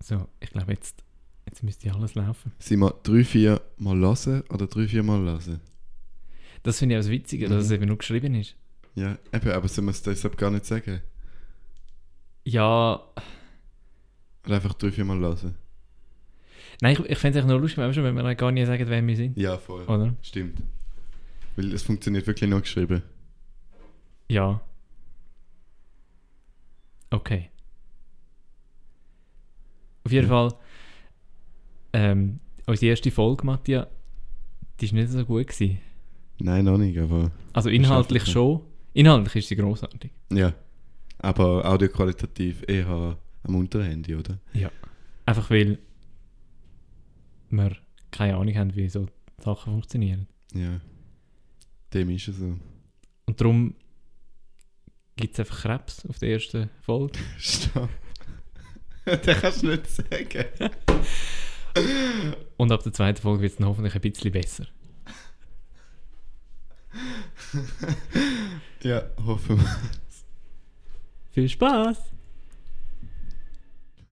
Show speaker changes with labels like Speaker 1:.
Speaker 1: So, ich glaube, jetzt, jetzt müsste alles laufen.
Speaker 2: Sie mal drei, vier Mal lassen oder drei, vier Mal lassen.
Speaker 1: Das finde ich auch das Witzige, dass es eben nur geschrieben ist.
Speaker 2: Ja, eben, aber sie müssen es deshalb gar nicht sagen.
Speaker 1: Ja,
Speaker 2: Oder einfach drei, vier Mal lassen.
Speaker 1: nein, ich, ich fände es eigentlich nur lustig, weißt du, wenn wir gar nicht sagen, wer wir sind.
Speaker 2: Ja, voll.
Speaker 1: Oder?
Speaker 2: Stimmt. Weil es funktioniert wirklich nur geschrieben.
Speaker 1: Ja. Okay. Auf jeden
Speaker 2: Mhm.
Speaker 1: Fall, ähm, unsere erste Folge, Matthias, die war nicht so gut. Gewesen.
Speaker 2: Nein, noch nicht, aber.
Speaker 1: Also inhaltlich
Speaker 2: Verständlich, ja.
Speaker 1: schon. Inhaltlich ist sie großartig.
Speaker 2: Ja. Aber audioqualitativ eher am unteren Handy, oder?
Speaker 1: Einfach weil wir keine Ahnung haben, wie so Sachen funktionieren.
Speaker 2: Ja. Dem ist es so.
Speaker 1: Und darum gibt es einfach Krebs auf der ersten Folge.
Speaker 2: Stopp. Den kannst du nicht sagen.
Speaker 1: Und ab der zweiten Folge wird es dann hoffentlich ein bisschen besser.
Speaker 2: Ja, hoffen wir.
Speaker 1: Viel Spaß!